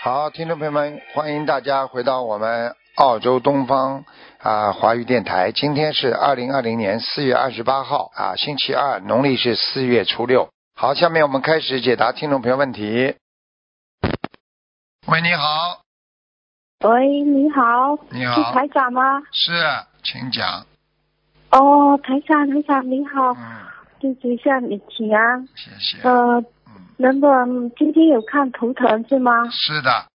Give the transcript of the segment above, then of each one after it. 好，听众朋友们，欢迎大家回到我们澳洲东方啊华语电台。今天是二零二零年四月二十八号啊，星期二，农历是四月初六。好，下面我们开始解答听众朋友问题。喂，你好，喂，你好，你是好，台长吗？是，请讲。哦，台长，台长你好，嗯，弟子向你请安。谢谢。呃，嗯，能不能今天有看图腾是吗？是的，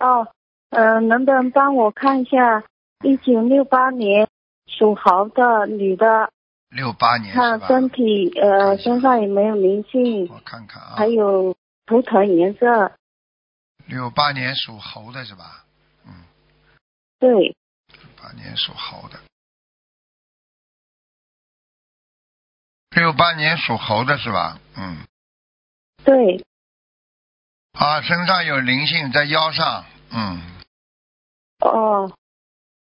哦，呃，能不能帮我看一下一九六八年属猴的女的，六八年是看吧？身体看呃一下身上有没有灵性，我看看啊还，有图腾颜色？六八年属猴的是吧？嗯，对，六八年属猴的。六八年属猴的是吧？嗯，对，啊，身上有灵性在腰上，嗯，哦，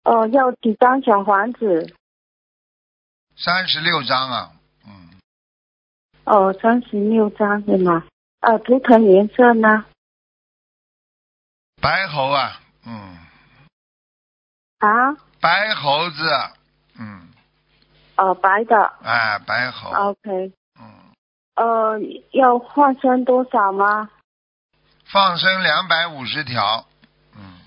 哦，要几张小房子？三十六张啊，嗯，哦，三十六张是吗？呃，图腾颜色呢？白猴啊，嗯，啊，白猴子，嗯，哦，白的。哎，白猴， OK，嗯，呃，要换身多少吗？放生两百五十条，嗯，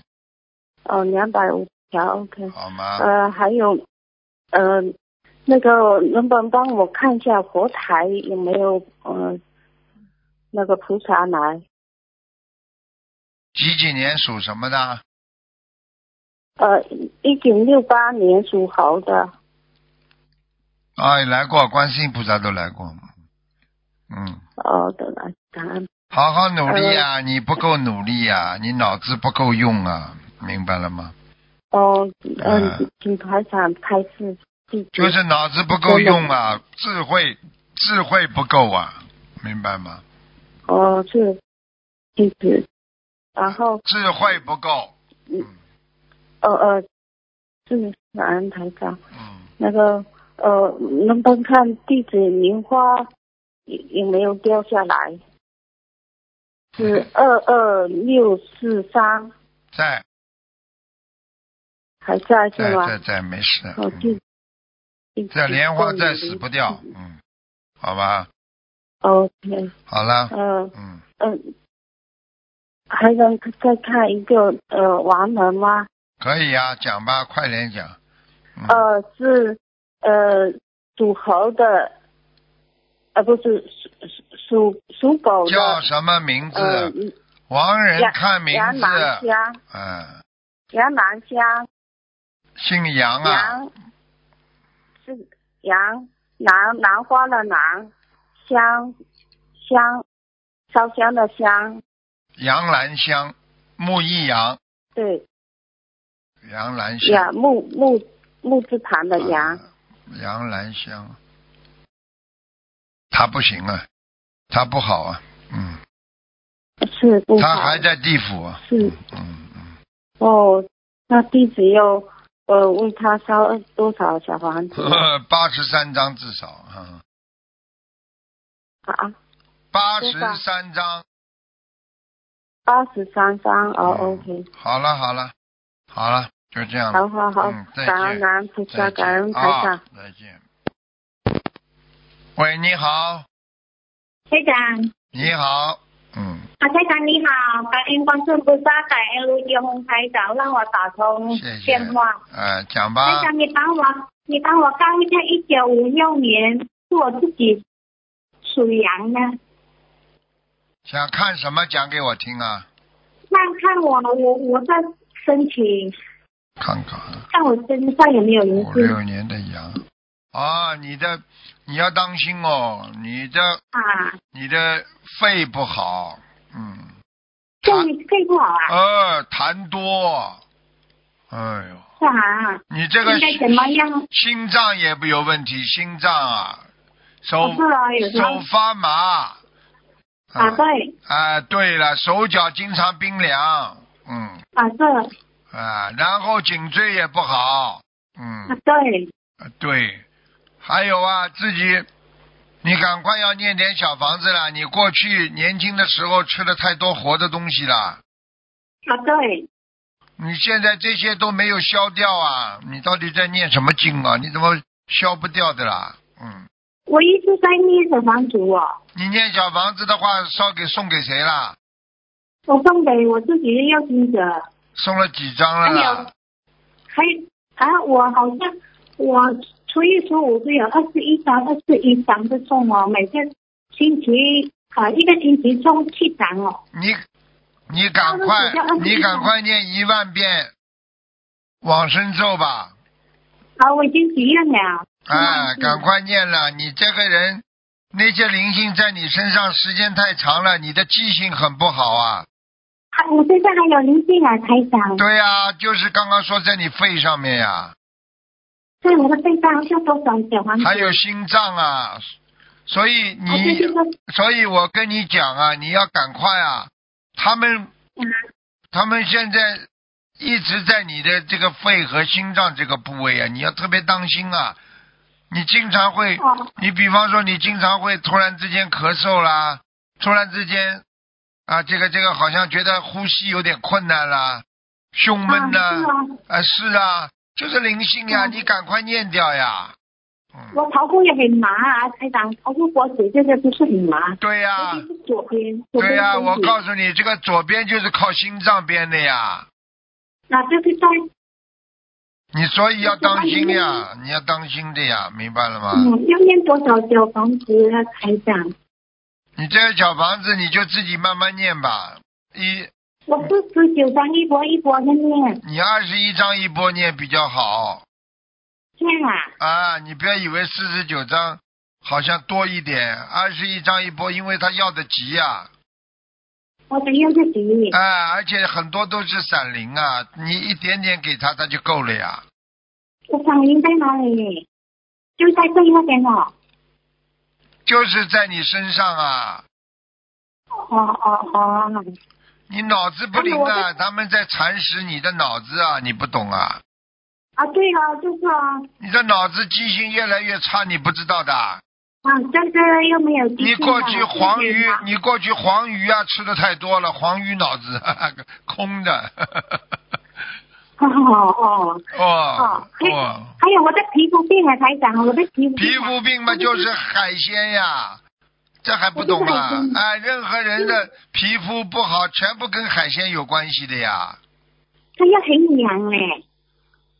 哦，两百五条。OK，好吗？呃，还有，呃，那个能不能帮我看一下佛台有没有呃那个菩萨来？几几年属什么的？呃，一九六八年属猴的。哎，来过，观世音菩萨都来过，嗯。哦，等来答案。好好努力呀、呃你不够努力呀、你脑子不够用啊，明白了吗？哦，嗯、嗯请台长开示弟子。就是脑子不够用啊，智慧智慧不够啊，明白吗？哦，是弟子。然后智慧不够，呃呃，是感恩台长。嗯，那个呃，能不能看地址莲花有有没有掉下来？是二二六四三在还在在是吗在？在没事，哦，嗯地地址这莲花再死不掉，嗯，好吧，哦 OK，好了，呃嗯，呃，还能再看一个呃王人吗？可以呀、讲吧，快点讲，嗯，呃，是呃属猴的，呃不是属属属狗的，叫什么名字？呃王人看名杨兰字，香，嗯，杨兰香，姓杨啊，杨是杨兰兰花的兰，香香烧香的香，杨兰香，木易杨，对，杨兰香。杨木木木字旁的杨啊，杨兰香，他不行啊，他不好啊，嗯，是不他好还在地府啊，是嗯嗯，哦，那地址要呃为他烧多少小房子嗯 八十三张至少啊，啊？八多十少三张，八十三张哦嗯，OK，好了好了好了，就这样好了，好好嗯，再见感恩南菩再萨，感恩见台啊长，，再见。喂，你好，台长，你好，嗯，啊，台长你好，感恩观世菩萨，感恩卢杰红台长让我打通谢谢电话。呃，讲台哎吧，长，你帮我，你帮我看一下，一九五六年是我自己属羊的，想看什么讲给我听啊，那看我我我的身体，看看啊。看我身上有没有灵五性六年的羊啊，你的你要当心哦，你的啊？你的肺不好，嗯，痰肺肺不好啊，呃痰多，哎呦，是啊，你这个应该怎么样？心脏也不有问题，心脏啊，手不是啊，有时候手发麻，啊啊对啊，对了，手脚经常冰凉，嗯啊对啊啊，然后颈椎也不好，嗯。对啊，对，还有啊，自己，你赶快要念点小房子了。你过去年轻的时候吃了太多活的东西了，啊，对，你现在这些都没有消掉啊，你到底在念什么经啊？你怎么消不掉的啦？嗯，我一直在念小房子哦，你念小房子的话，烧给送给谁啦？我送给我自己的要经者，送了几张了哎啦呀？还啊，我好像我初一初五都有二十一张、二十一张的送哦，每个星期啊一个星期送七张哦。你你赶快那我只要，你赶快念一万遍往生咒吧。啊，我已经许愿了。哎，嗯赶快念了！你这个人，那些灵性在你身上时间太长了，你的记性很不好啊。还我身上还有灵性啊，台长，对呀、就是刚刚说在你肺上面呀、在我的背上要多少小黄纸？还有心脏啊，所以啊嗯对你对，对所以我跟你讲啊，你要赶快啊，他们嗯他们现在一直在你的这个肺和心脏这个部位啊，你要特别当心啊。你经常会，哦你比方说你经常会突然之间咳嗽啦，突然之间啊，这个这个好像觉得呼吸有点困难啦，胸闷呐、啊是啊啊是啊，就是灵性呀，嗯你赶快念掉呀。嗯，我头部也很麻啊，台长，头部脖子这个不是很麻，对呀、尤其是左边。左边啊对呀、我身体告诉你，这个左边就是靠心脏边的呀，啊，就是在你所以要当心那呀，你要当心的呀，明白了吗？嗯，要念多少小房子啊，台长？你这个小房子你就自己慢慢念吧，一我是十九张一波一波的念，你二十一章一波念比较好这样啊，啊，你不要以为四十九章好像多一点，二十一章一波，因为他要的急呀、我得要自己。哎，而且很多都是闪灵啊，你一点点给他，他就够了呀。我想明在哪里？就在这那边哦。就是在你身上啊，哦哦哦，你脑子不灵哎呀我啊，他们在蚕食你的脑子啊，你不懂啊，啊对了，就是啊，你的脑子记性越来越差，你不知道的啊。啊这个又没有记你性啊过去黄谢鱼谢，啊你过去黄鱼啊吃的太多了，黄鱼脑子 空的。 哦哦哦哦，还哦，还有我的皮肤病啊，台长，我的皮肤病皮啊肤病嘛就是海鲜呀，这还不懂啊我就是海鲜？嗯哎，任何人的皮肤不好，全部跟海鲜有关系的呀。它要很痒啊嘞，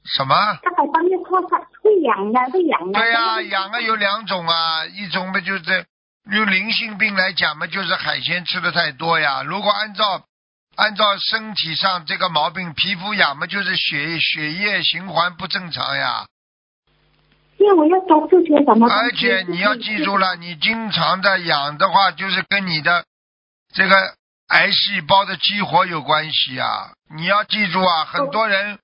什么？它好像要扩散，会痒的，会痒的。对呀、痒啊有两种啊，一种嘛就是用灵性病来讲嘛，就是海鲜吃的太多呀。如果按照按照身体上这个毛病，皮肤痒嘛就是血血液循环不正常呀。因为我要多吃些什么东西而且你要记住了，你经常的痒的话，就是跟你的这个癌细胞的激活有关系啊。你要记住啊，很多人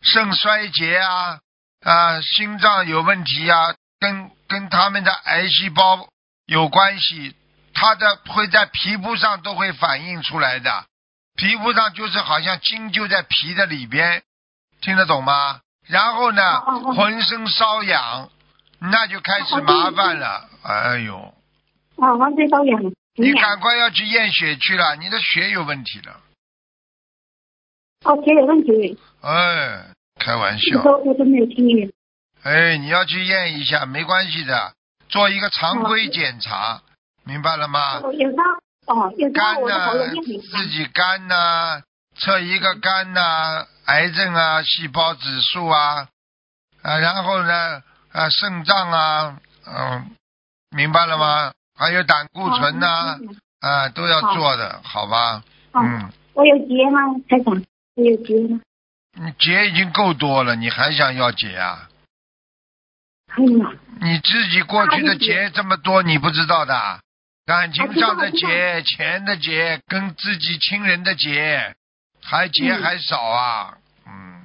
肾衰竭啊，啊，心脏有问题啊，跟跟他们的癌细胞有关系，它的会在皮肤上都会反映出来的。皮肤上就是好像筋就在皮的里边，听得懂吗？然后呢哦哦，哦浑身瘙痒，那就开始麻烦了。哎呦，哦，我这都痒，很你痒。赶快要去验血去了，你的血有问题了。哦，这有问题，哎，开玩这笑。个我都没有听。哎，你要去验一下，没关系的，做一个常规哦检查，明白了吗？我有时候哦，有时候肝我的呐、喉咙也很自痒。己肝呐、测一个肝呐、癌症啊，细胞指数啊，啊，然后呢，啊，肾脏啊，嗯，明白了吗？还有胆固醇呐、啊，都要做的，好吧？哦嗯，我有结吗，台长？我有结吗？你结已经够多了，你还想要结啊？哎呀，你自己过去的结这么多，你不知道的啊，感情上的我知结、钱的结、跟自己亲人的结，还结嗯还少啊，嗯，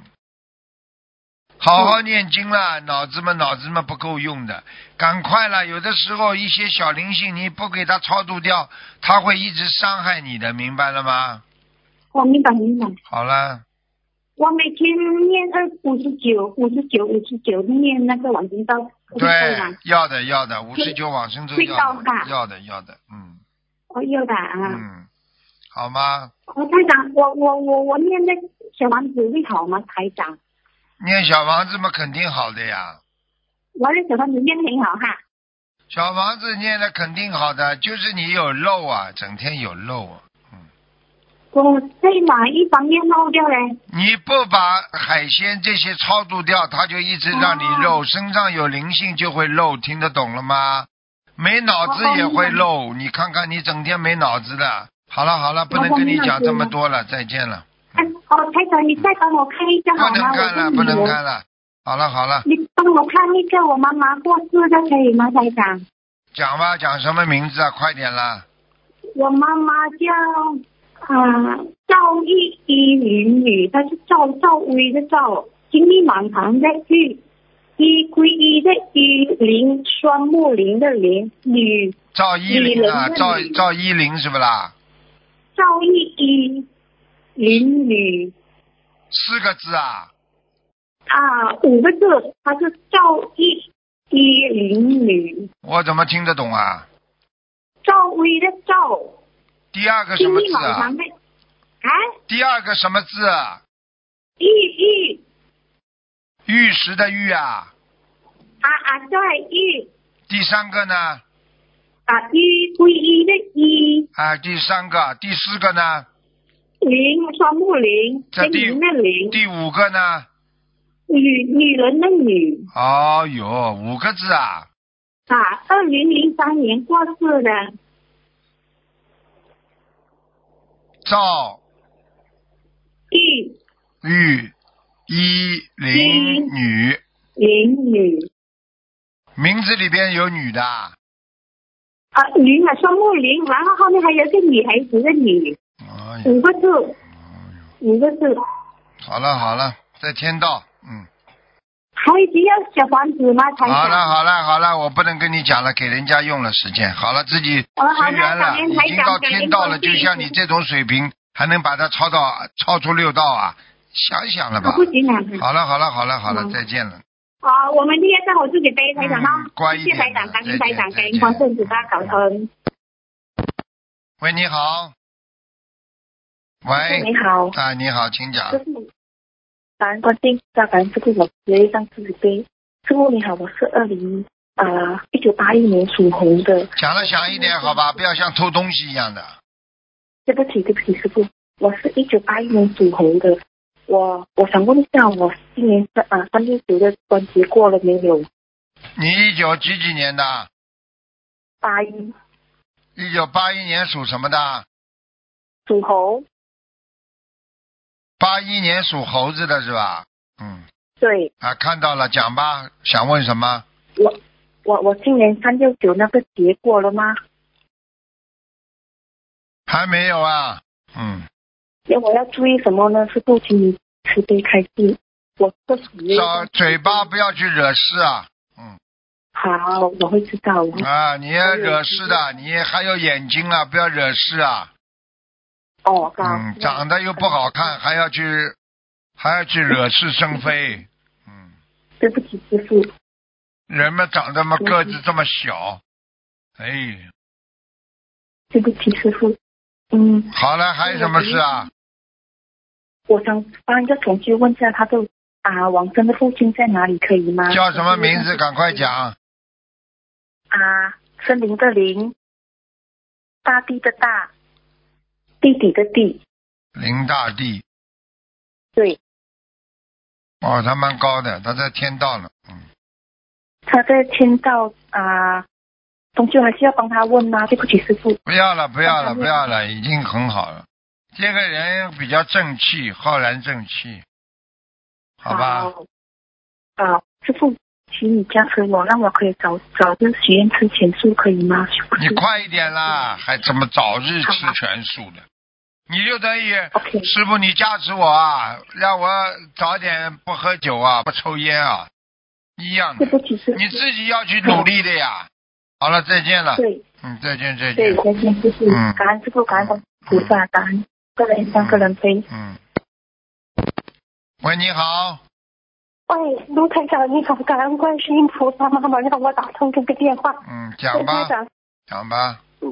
好嗯好念经啦，脑子嘛脑子嘛不够用的，赶快啦！有的时候一些小灵性你不给他超度掉，他会一直伤害你的，明白了吗？我哦明白明白。好了，我每天念二五十九、五十九、五十九念那个往生咒，对吧？，要的要的，五十九往生咒会要到的吧要的要的，嗯哦我有的啊。嗯，好吗？我台长，我我我我念那小王子会好吗？台长，念小房子嘛，肯定好的呀。我的小王子念得很好哈。小房子念的肯定好的，就是你有漏啊，整天有漏啊。我这哦哪一方面漏掉嘞？你不把海鲜这些超度掉，它就一直让你漏，身上有灵性就会漏，听得懂了吗？没脑子也会漏，你看看你整天没脑子的。好了好了，不能跟你讲这么多了，再见了，哎，哦，台长，你再帮我看一下嗯不好能吗？看了我是不能女儿看了。好了好了，你帮我看一个我妈妈过世的可以吗，台长？讲吧，讲什么名字啊？快点啦！我妈妈叫啊、呃赵一一云雨，她是赵赵薇的赵，金玉满堂的玉，一归一的一林双木林的林女赵一林啊，李玲赵的李赵一林是不啦？赵一一林女四个字啊，啊五个字，她是赵一一林女，我怎么听得懂啊？赵薇的赵，第二个什金么玉字满啊？堂的啊第二个什么字啊？玉玉玉石的玉啊。啊啊对玉第三个呢？啊一归一的一。啊，第三个，第四个呢？林，双木林，这跟第林的林，第五个呢？女女人的女哦哟，五个字啊！啊，二零零三年过世的赵玉玉依林林女，林女名字里边有女的啊。啊，林啊，双木林，然后后面还有一个女孩子的女，哎呦，五个字，五个字，好了好了，在天道，嗯，还需要小房子吗？台好了长，好了好了，我不能跟你讲了，给人家用了时间，好了，自己哦好了好随了缘感了，恩已台经长到感天恩道关了，就心像你这种水平，还能把它超到超出六道啊？想想了吧啊，。不行了好了好了好了好了，嗯再见了。啊，我们这些账我自己背，台长啊嗯，乖一谢谢点台长，感再见恩台长，感再见恩观世音菩萨，感恩。喂，你好。喂，你好，啊，你好，请讲师。傅，感恩观世音菩萨，感恩师傅，我有一张自己杯。师傅你好，我是二零呃一九八一年属猴的，讲的响一点，好吧，不要像偷东西一样的。对不起对不起师傅，我是一九八一年属猴的，我我想问一下，我今年三啊三六九的关节过了没有？你一九几几年的？八一一九八一年属什么的？属猴，八一年属猴子的是吧？嗯，对，啊，看到了，讲吧，想问什么？我我我今年三六九那个结过了吗？还没有啊？嗯，那我要注意什么呢？是不请你慈悲开示。我这属于少嘴巴不要去惹事啊。嗯好，我会知道。啊，你也惹事的，你还有眼睛啊，不要惹事啊。哦，好，嗯，长得又不好看，还要去，还要去惹是生非。嗯，对不起，师傅。人们长这么个子这么小，哎，对不起，师傅。嗯，好了，还有什么事啊？我想帮一个同学问一下他的啊，王生的父亲在哪里，可以吗？叫什么名字？赶快讲。啊，森林的林，大地的大，弟弟的弟，林大帝，对，哦，他蛮高的，他在天道呢。嗯，他在签到啊。同学还是要帮他问吗？对不起，师傅。不要了，不要了，不要了，已经很好了。这个人比较正气，浩然正气，好吧？好，师傅，请你加持我，让我可以早早日许愿吃全素，可以吗？是不你是？快一点啦，还怎么早日吃全素的？你就等于 OK 师傅，你加持我啊，让我早点不喝酒啊，不抽烟啊，一样对的。不起，师傅。你自己要去努力的呀。好了，再见了，对嗯，再见，再对，见，再见，师傅嗯，感恩师傅，感恩观世菩萨，感恩个人三个人飞。嗯。喂，你好，哎喂，卢台长，你好，感恩观世音菩萨妈妈让我打通这个电话。嗯，卢讲台吧，长，讲吧，嗯，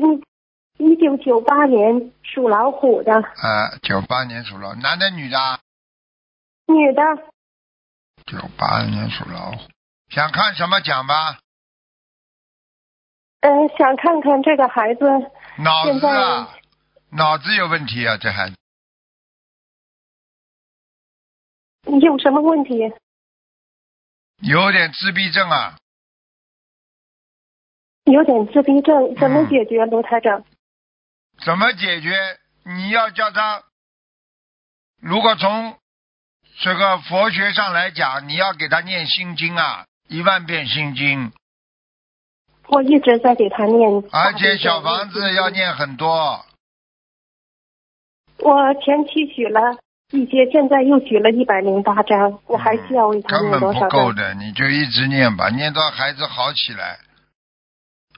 一九九八年属老虎的啊，九八年属老，男的女的啊？女的，九八年属老虎，想看什么讲吧？嗯、想看看这个孩子，脑现子在啊，脑子有问题啊，这孩子你有什么问题？有点自闭症啊。有点自闭症，怎么嗯解决，卢台长？怎么解决？你要叫他，如果从这个佛学上来讲，你要给他念心经啊，一万遍心经，我一直在给他念，而且啊小房子要。念很多。我前期许了一些，现在又许了一百零八张，我还需要为他嗯根念本多不少够张？的，你就一直念吧，念到孩子好起来，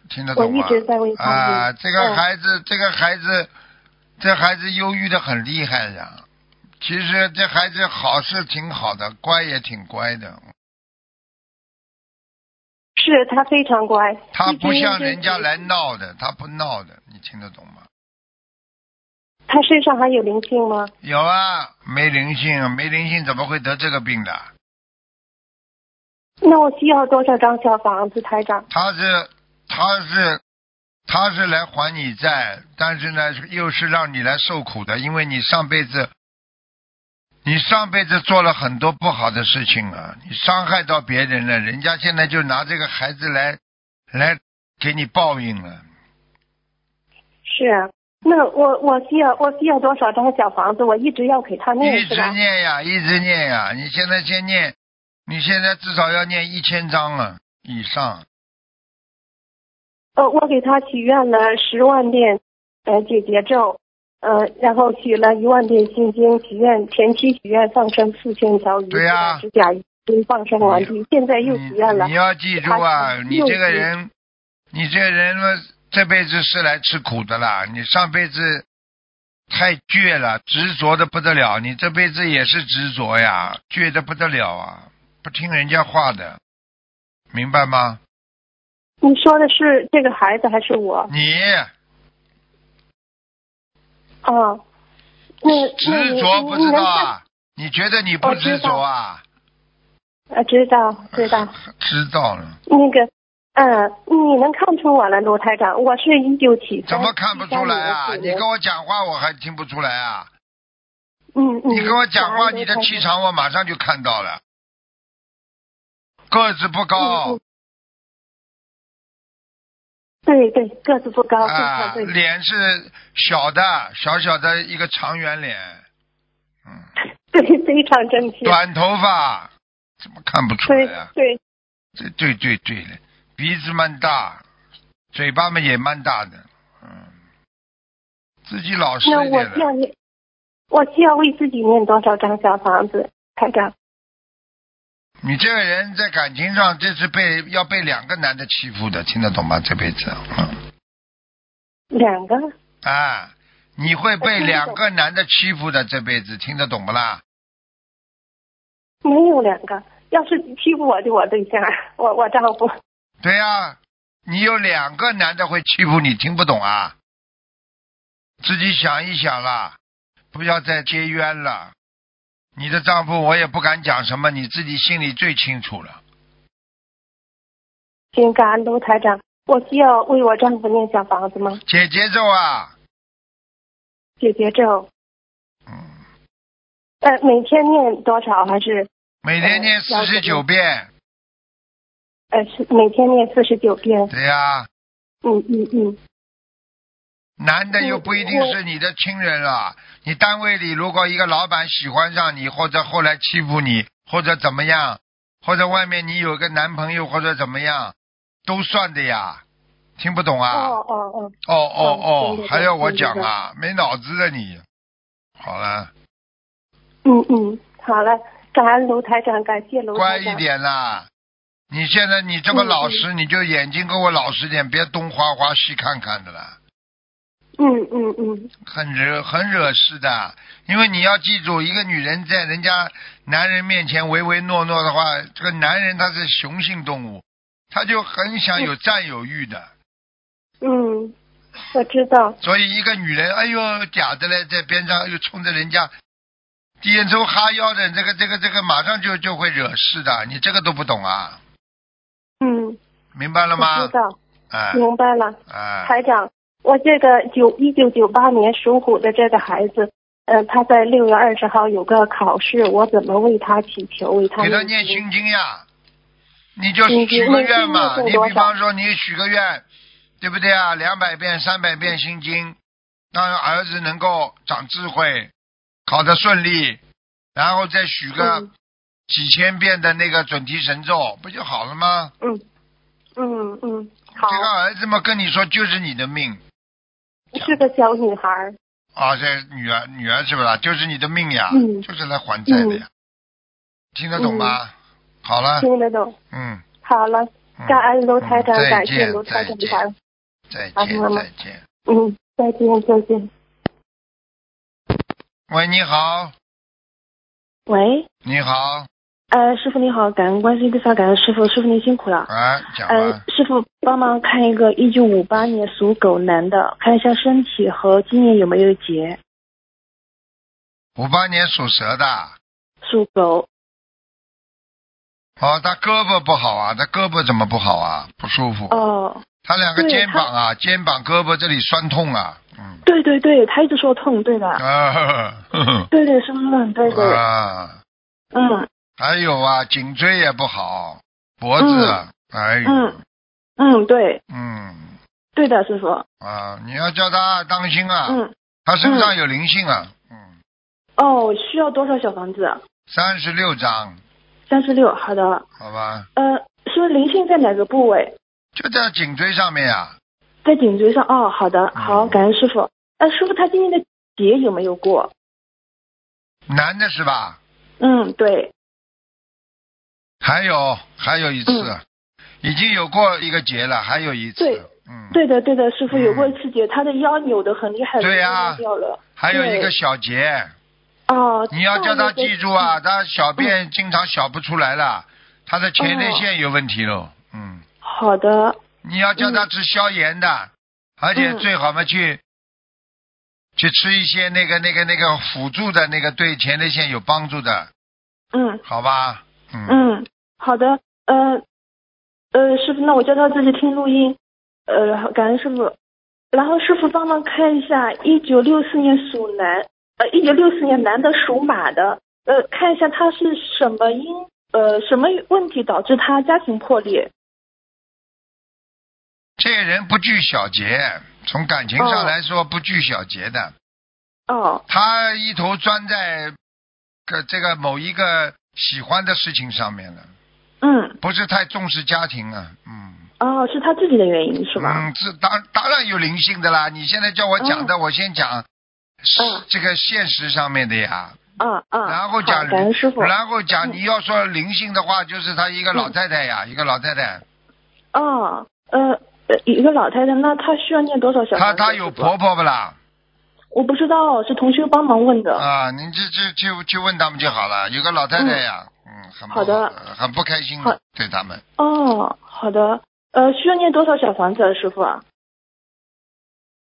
听得我懂一吗？直在为他念。嗯啊，这个孩子，这个孩子，这孩子忧郁的很厉害呀。其实这孩子好是挺好的，乖也挺乖的，是他非常乖，他不像一直人家来闹的，他不闹的，你听得懂吗？他身上还有灵性吗？有啊，没灵性，没灵性怎么会得这个病的？那我需要多少张小房子，台长？他是他是他是来还你债，但是呢，又是让你来受苦的，因为你上辈子你上辈子做了很多不好的事情啊，你伤害到别人了，人家现在就拿这个孩子来来给你报应了。是啊，那我我需要我需要多少张小房子？我一直要给他念一是直吧？念呀，一直念呀！你现在先念，你现在至少要念一千章啊以上。呃，我给他许愿了十万遍，呃，解结咒，呃，然后许了一万遍心经，许愿前期许愿放生四千条鱼，对呀指甲鱼放生完毕，现在又许愿了你你。要记住啊还，是你这个幼稚人，你这个人嘛，这辈子是来吃苦的啦。你上辈子太倔了，执着的不得了。你这辈子也是执着呀，倔的不得了啊，不听人家话的，明白吗？你说的是这个孩子还是我？你啊，那那执你着不你知能道啊？你觉得你不我知执道着啊？看啊，知道知道。 知道了。那个，呃，你能看出我来，卢台长，我是一九七怎么看不出来啊？你跟我讲话我还听不出来啊？嗯嗯，你跟我讲话，感恩你的卢台气长场我马上就看到了。个子不高嗯对对，个子不嗯高，非啊常，对。脸是小的，小小的一个长圆脸，嗯，对，非常正确。短头发，怎么看不出来对啊？对，这对对对了，鼻子蛮大，嘴巴嘛也蛮大的，嗯，自己老实那一我点需要了。你，我需要为自己念多少张小房子，台长？你这个人在感情上这是被要被两个男的欺负的，听得懂吗？这辈子，嗯。两个？啊，你会被我听得懂两个男的欺负的，这辈子听得懂不啦？没有两个。要是欺负我就我对象，我我丈夫。对呀、你有两个男的会欺负你，听不懂啊？自己想一想啦，不要再结冤了。你的丈夫我也不敢讲什么，你自己心里最清楚了。行，感恩卢台长，我需要为我丈夫念小房子吗？姐姐咒啊，解决咒。嗯，呃，每天念多少？还是每天念嗯四要十九求遍，呃是每天念四十九遍？对呀、嗯嗯嗯，男的嗯又不一定是你的亲人了。你单位里如果一个老板喜欢上你，或者后来欺负你，或者怎么样，或者外面你有个男朋友或者怎么样，都算的呀。听不懂啊？哦哦哦，哦哦嗯哦对，的还要我讲啊？没脑子的你。好了，嗯嗯，好了，感恩卢台长，感谢卢乖台一长。点啦。你现在你嗯这么老实，你就眼睛给我老实点，别东花花西看看的啦。嗯嗯嗯，很惹很惹事的，因为你要记住，一个女人在人家男人面前唯唯诺诺的话，这个男人他是雄性动物，他就很想有占有欲的。嗯，我知道，所以一个女人，哎呦，嗲的嘞，在边上又冲着人家低头哈腰的，这个这个这个，马上就就会惹事的。你这个都不懂啊？嗯，明白了我吗知？道，哎明白了。哎，台长，我这个九一九九八年属虎的这个孩子，呃，他在六月二十号有个考试，我怎么为他祈求？为他给他念念经心经呀，你就你许个愿嘛。你心经念你比多方少说，你许个愿，对不对啊？两百遍、三百遍心经，让儿子能够长智慧，考得顺利，然后再许个嗯几千遍的那个准提神咒，不就好了吗？嗯嗯嗯，好，这个儿子嘛，跟你说就是你的命是个小女孩儿，啊，这女儿女儿是不啦？就是你的命呀，嗯就是来还债的呀，听得懂吗？好了，听得懂。嗯。好了，嗯感恩卢台长，嗯再感见谢卢台长再见，感恩再好见妈，妈再见。嗯，再见，再见。喂，你好，喂，你好，呃，师傅你好，感恩观世音菩萨，感恩师傅，师傅您辛苦了。啊，讲呃吧，，师傅帮忙看一个一九五八年属狗男的，看一下身体和今年有没有结。五八年属蛇的，属狗，哦，他胳膊不好啊，他胳膊怎么不好啊？不舒服，哦，他两个对肩他膀啊，肩膀、胳膊这里酸痛啊，嗯，对对对，他一直说痛，对吧？啊，呵呵对对，是不是很对呵 的？啊，嗯还有啊，颈椎也不好，脖子啊，哎呦，嗯嗯，对嗯，对的，师傅。啊，你要叫他当心啊，嗯，他身上有灵性啊，嗯，哦，需要多少小房子？啊三十六章，三十六，好的。好吧，呃，是灵性在哪个部位？就在颈椎上面啊。在颈椎上。哦，好的，好，嗯感恩师傅。呃，师傅他今年的结有没有过？男的是吧？嗯，对，还有还有一次，嗯已经有过一个节了，还有一次对，嗯，，对的，对的，师傅嗯有过一次节，他的腰扭得很厉害，对呀扭掉了。还有一个对小节，哦，你要叫他这样记住啊，他小便经常小不出来了，他的前列腺有问题哦喽，嗯，好的，你要叫他吃消炎的，而且嗯最好嘛去。去吃一些那个、那个、那个辅助的那个对前列腺有帮助的，嗯好吧？嗯，嗯，好的，呃呃，师傅，那我叫他自己听录音，呃，感恩师傅。然后师傅帮忙看一下，一九六四年属男，呃，一九六四年男的属马的，呃，看一下他是什么因，呃，什么问题导致他家庭破裂？这个人不拘小节，从感情上哦来说不拘小节的，哦，他一头钻在个这个某一个喜欢的事情上面了，嗯，不是太重视家庭啊，嗯，哦，是他自己的原因是吗？嗯，这当当然有灵性的啦。你现在叫我讲的，我先讲是、嗯这个现实上面的呀，嗯嗯，然后好讲感恩师傅，然后讲、嗯你要说灵性的话，就是他一个老太太呀，一个老太太，哦，呃，呃一个老太太，那她需要念多少小她房子她有婆婆不啦？我不知道，是同学帮忙问的。啊，你这这就就问他们就好了。有个老太太呀，嗯，很不好的很不开心好对他们。哦，好的，呃，需要念多少小房子啊，师傅啊？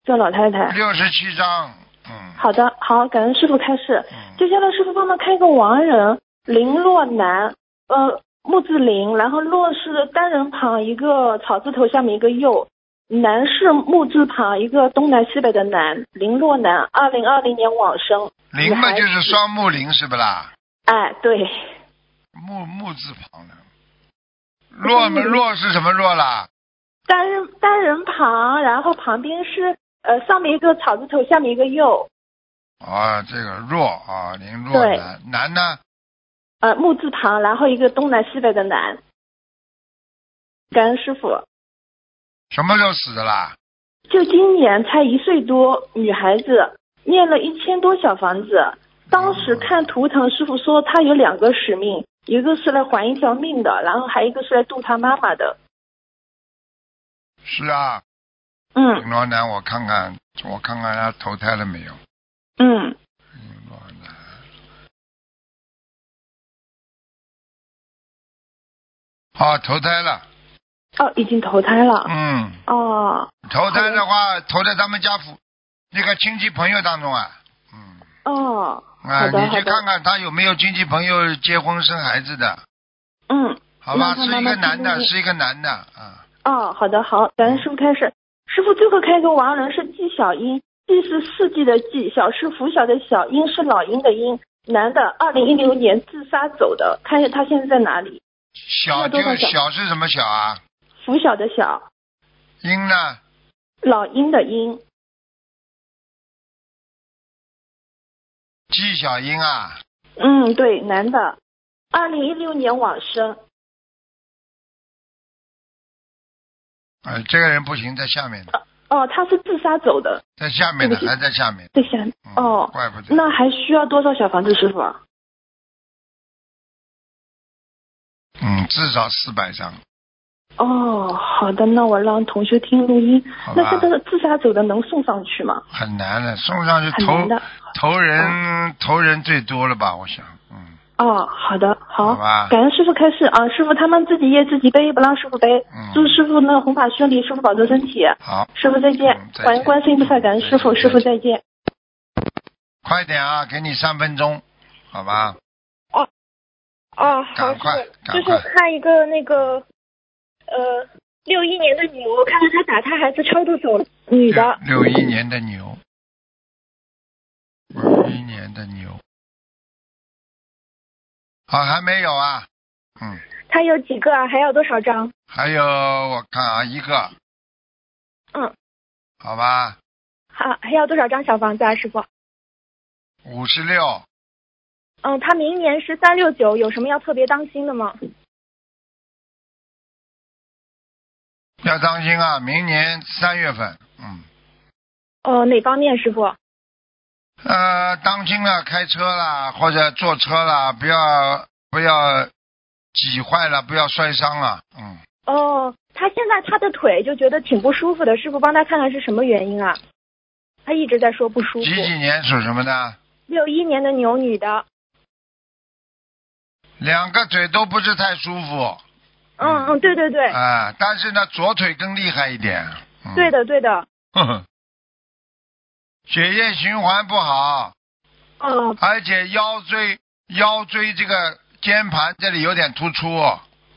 这老太太。六十七章，嗯好的，好，感恩师傅开示。嗯。接下来师傅帮忙看一个亡人林若男，呃，木字林，然后若是单人旁一个草字头下面一个右，男是木字旁一个东南西北的南，林若男，二零二零年往生。林嘛女孩子就是双木林是不啦？哎，对，木木字旁的。若嘛嗯若是什么若啦？单人单人旁，然后旁边是呃上面一个草字头，下面一个右，啊，这个若啊，林若对男男呢？呃木字旁，然后一个东南西北的南。感恩师傅，什么时候死的啦？就今年才一岁多，女孩子念了一千多小房子。当时看图腾，师傅说她有两个使命，一个是来还一条命的，然后还一个是来度她妈妈的。是啊，嗯林若男，我看看，我看看他投胎了没有？嗯，林若男，Oh, 啊，投胎了，哦，已经投胎了。嗯，哦投胎的话，投在他们家父那个亲戚朋友当中啊，嗯哦，啊，好的你好去的看看他有没有亲戚朋友结婚生孩子的，嗯，好吧？那他是妈一妈个男是不的，是是一个男的啊，哦，好的好，感恩师傅开始。师傅最后开一个亡人是纪晓英，纪是四季的纪，小是拂晓的晓，英是老鹰的鹰，男的，二零一六年自杀走的，看一下他现在在哪里。小就那多少小小是什么小啊？拂晓的晓，英呢？老鹰的鹰，纪晓英啊，嗯，对，男的，二零一六年往生，呃，这个人不行，在下面的，哦，他是自杀走的，在下面的，对不起还在下面。在想，嗯、哦怪不得。那还需要多少小房子，师傅？嗯，至少四百张，哦，好的，那我让同学听录音。好吧那这个自杀走的能送上去吗？很难的，送上去很投难的。投人投人最多了吧？我想，嗯哦，好的，好，好吧感恩师傅开示啊，师傅他们自己业自己背，不让师傅背。嗯，祝师傅那个弘法顺利，师傅保重身体。好，师傅再见嗯，再见感恩观世音菩萨，感恩师傅，再见师傅再见。快点啊，给你三分钟，好吧？哦，好，赶是快的，赶就快是看一个那个，呃，六一年的牛，看看他打胎还是超度走了女的。六一年的牛，六一年的牛，好，还没有啊？嗯，他有几个啊？还要多少张？还有我看啊，一个，嗯，好吧，啊，还要多少张小房子啊，师傅？五十六，嗯，他明年是三六九，有什么要特别当心的吗？要当心啊，明年三月份，嗯，呃，哪方面，师傅？呃，当心啊，开车啦或者坐车啦，不要不要挤坏了，不要摔伤了，嗯。哦，他现在他的腿就觉得挺不舒服的，师傅帮他看看是什么原因啊？他一直在说不舒服几。几年属什么的？六一年的牛女的，两个腿都不是太舒服。嗯嗯，对对对，啊，但是呢，左腿更厉害一点。嗯、对。的对的，呵呵。 血液循环不好，哦而且腰椎腰椎这个肩盘这里有点突出。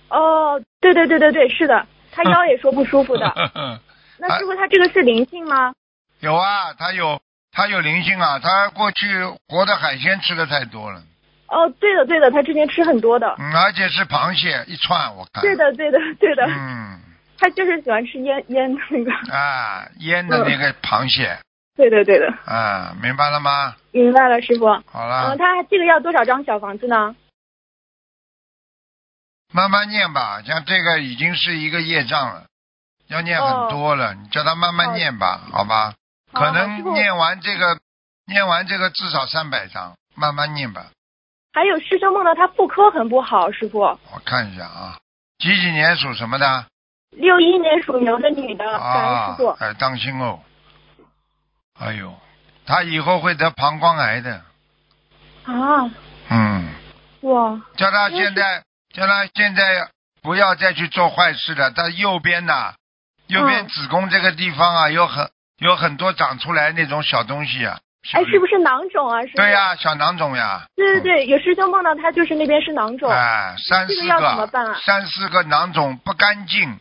哦，对对对对对，是的，他腰也说不舒啊服的。那师傅，他这个是灵性吗？ 有啊，他有他有灵性啊，他过去活的海鲜吃的太多了，哦，对的对的，他之前吃很多的。嗯，而且是螃蟹一串，我看。对。的对的对的，嗯，他就是喜欢吃腌腌的那个。啊，腌的那个螃蟹，对的对的，啊，明白了吗？明白了，师傅。好嗯，了，他这个要多少张小房子呢？慢慢念吧。像这个已经是一个业障了，要念很多了，你叫他慢慢念吧，好吧？哦好可好哦师能傅念完这个，念完这个至少三百张，慢慢念吧。还有师兄梦到他妇科很不好，师傅。我看一下啊，几几年属什么的？六一年属牛的女的，呃感恩啊师傅，。哎，当心哦！哎呦，他以后会得膀胱癌的。啊，嗯，哇，叫他现在，叫他现在不要再去做坏事了。他右边呐、右边嗯子宫这个地方啊，有很有很多长出来那种小东西啊。小哎，是不是囊肿啊？师傅。对呀、小囊肿呀。对对对，有师兄梦到他就是那边是囊肿。哎，三这个四要怎么办嗯啊三四个囊肿不干净，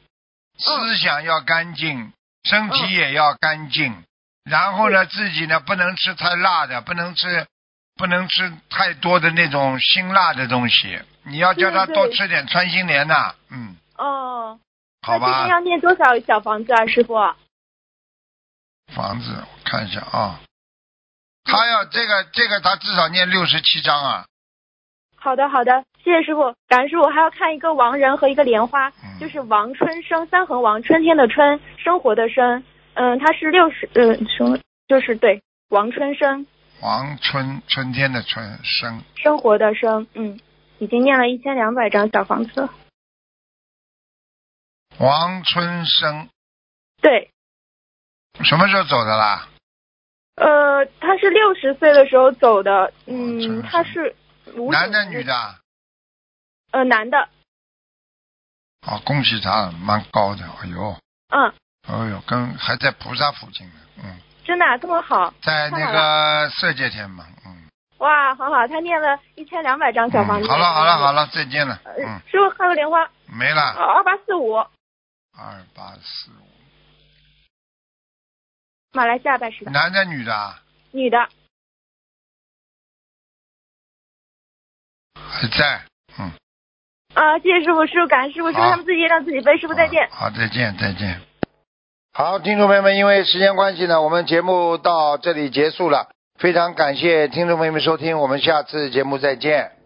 思想要干净，身嗯体也要干净。然后呢，自己呢不能吃太辣的，不能吃，不能吃太多的那种辛辣的东西。你要叫他对对多吃点穿心莲呐、嗯，哦，那好这吧边。要念多少小房子啊，师傅？房子，我看一下啊，他嗯要这个这个，他至少念六十七章啊。好的，好的，谢谢师傅，感恩师傅。还要看一个亡人和一个莲花，嗯就是王春生，三横王，春天的春，生活的生。嗯，他是六十，嗯，什么？就是对，王春生，王春春天的春生，生活的生。嗯，已经念了一千两百张小房子了。王春生对，什么时候走的啦？呃，他是六十岁的时候走的。王春嗯，生他是五九男的啊年女？的？呃，男的。哦，恭喜他，蛮高的，哎呦，嗯，哎呦，跟还在菩萨附近呢，嗯，真的啊、这么好，在那太好个色界天嘛，嗯，哇，好好，他念了一千两百张小房嗯子、好了好了好了，再见了，呃嗯，师傅还有莲花，没了。二八四五，二八四五，马来西亚办事的，男的女的啊？女的，还在，嗯，啊，谢谢师傅，师傅感恩师傅，师傅好他们自己让自己背，师傅再见。啊好，再见，再见。好，听众朋友们，因为时间关系呢，我们节目到这里结束了。非常感谢听众朋友们收听，我们下次节目再见。